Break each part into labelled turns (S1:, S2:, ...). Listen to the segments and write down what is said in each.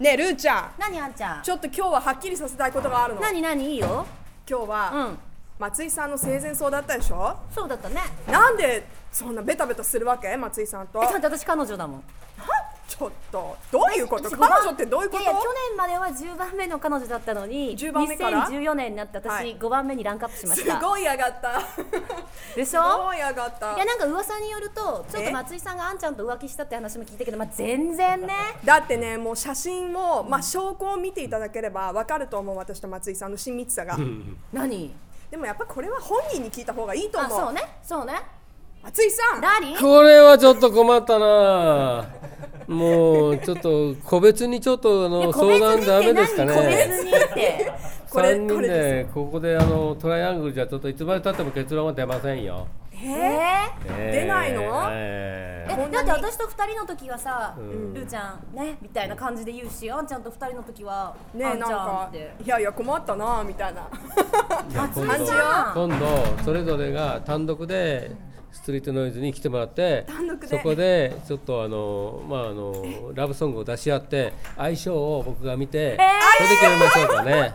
S1: ねえルーちゃん
S2: 何あんちゃん
S1: ちょっと今日ははっきりさせたいことがあるの今
S2: 何何いいよ
S1: 日は、
S2: うん
S1: 松井さんの生前葬だったでしょ
S2: そうだったね
S1: なんでそんなベタベタするわけ松井さんと
S2: えちょっと私彼女だもん
S1: ちょっとどういうこと
S2: 私
S1: 彼女ってどういうこと
S2: やや去年までは10番目の彼女だったのに
S1: 10番目から
S2: 2014年になって
S1: は
S2: 私
S1: い
S2: 5番目にランクアップしました、
S1: すごい上がった
S2: でし
S1: す
S2: ょ
S1: ごい上がった
S2: いやなんか噂によるとちょっと松井さんがあんちゃんと浮気したって話も聞いたけどまあ全然ね
S1: だってねもう写真を、まあ、証拠を見ていただければわかると思う私と松井さんの親密さが、
S2: 何
S1: でもやっぱこれは本人に聞いた方がいいと
S2: あ
S1: 思う
S2: そうねそうね
S1: 松井さん
S2: 何
S3: これはちょっと困ったなもうちょっと個別にちょっとあ
S2: いや
S3: の
S2: 個
S3: 相
S2: 別
S3: 談
S2: に
S3: ダメ
S2: って
S3: で
S2: 何
S3: すか
S2: 個
S3: ね
S2: 別に って
S1: これ
S3: 3人
S1: これで
S3: でここであのトライアングルじゃちょっといつまでたっても結論は出ませんよ、
S2: えー
S3: えー
S1: ないの
S3: えー
S2: え
S1: こん
S2: だ
S1: な
S2: っ
S1: に
S2: て私と二人の時はさ、
S3: ん
S2: ルーちゃんねみたいな感じで言うし、あんちゃんと二人の時は、
S1: ね
S2: あ
S1: え
S2: んち
S1: なん
S2: ゃんっ
S1: か
S2: て。
S1: いやいや困ったなみたいな
S2: 松
S3: 今
S2: 井
S3: 度
S2: さん。
S3: 今度それぞれが単独でストリートノイズに来てもらって
S1: 単独で
S3: そこでちょっとあのまああのラブソングを出し合って相性を僕が見てそれで決めましょうかね、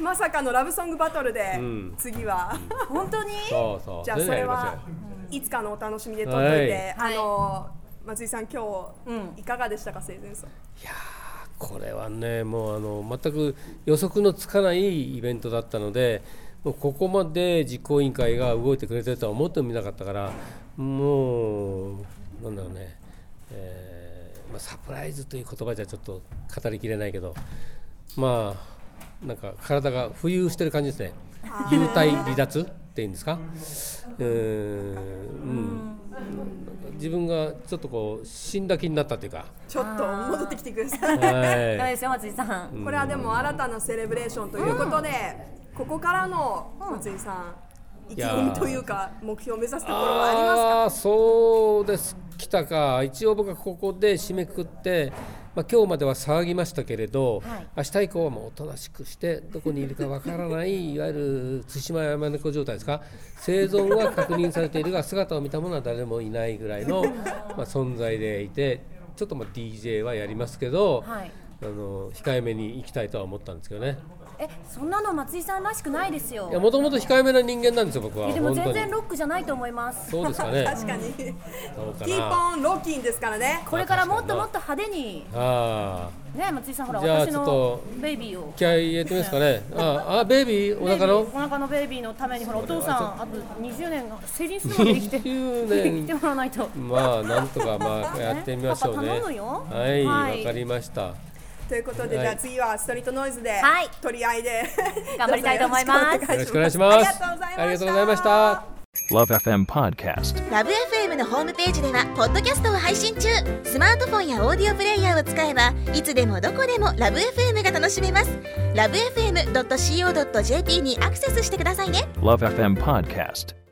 S1: まさかのラブソングバトルで、
S3: うん
S1: 次は、
S2: 本当に？
S3: そうそ う
S1: じゃあ
S3: れ
S1: そ
S3: でや
S1: れ
S3: りましょう
S1: はいつかのお楽しみで撮っといて、
S2: はい
S1: あの松井さん今日、
S2: ん
S1: いかがでしたか生前葬
S3: これはねもうあの全く予測のつかないイベントだったのでもうここまで実行委員会が動いてくれてるとは思ってもみなかったからもうなんだろうね、えーまあ、サプライズという言葉じゃちょっと語りきれないけどまあなんか体が浮遊してる感じですね幽体離脱っていうんですかうーんうん自分がちょっとこう死んだ気になったという か、
S1: ちょっと戻ってきてください
S3: はい
S2: ダメですよ松井さん。
S1: これはでも新たなセレブレーションということで、ここからの松井さん意気込みというか目標を目指すところはありますか
S3: あーそうです来たか一応僕はここで締めくくって、まあ、今日までは騒ぎましたけれど、
S2: はい
S3: 明日以降はもうおとなしくしてどこにいるかわからな いいわゆる対馬山猫状態ですか生存は確認されているが姿を見た者は誰もいないぐら いの、まあ、存在でいてちょっとまあ DJ はやりますけど、
S2: はい
S3: あの控えめに行きたいとは思ったんですけどね
S2: えそんなの松井さんらしくないですよ。
S3: もともと控えめな人間なんですよ僕はい
S2: やでも
S3: 本当
S2: 全
S3: に
S2: 然ロックじゃないと思います。
S3: そうですかね
S1: 確かに
S3: どうかな
S1: キーポンロッキンですからね
S2: これからもっともっと派手に
S3: ああ
S2: ね松井さんほら
S3: じゃあ
S2: 私
S3: ちょ
S2: の
S3: っ
S2: ベイビーを。
S3: 気合い入れてみますかね。あ、あ、ベイビー、お腹 の
S2: お。腹のベイビーのためにほらお父さんあと20年が成人するまで生きて
S3: 20
S2: 生きて
S3: 年。
S2: もらわないと。
S3: まあ、なんとか、まあ、やってみましょうね。
S2: パパ頼むよ
S3: はい、わ、
S2: はい
S3: かりました。
S1: ということで、
S3: はい
S1: じゃあ次はストリートノイズで、
S2: はい
S1: 取り合いで
S2: 頑張りたいと思います
S1: どうぞ
S3: よろしくお願いし
S1: あ
S3: ま
S1: り
S3: す。ありがとうございました。
S4: Love FM Podcast.
S5: ラブ f m のホームページではポッドキャストを配信中スマートフォンやオーディオプレイヤーを使えばいつでもどこでもラブ f m が楽しめますラブ FM.co.jp にアクセスしてくださいね
S4: Love FM Podcast.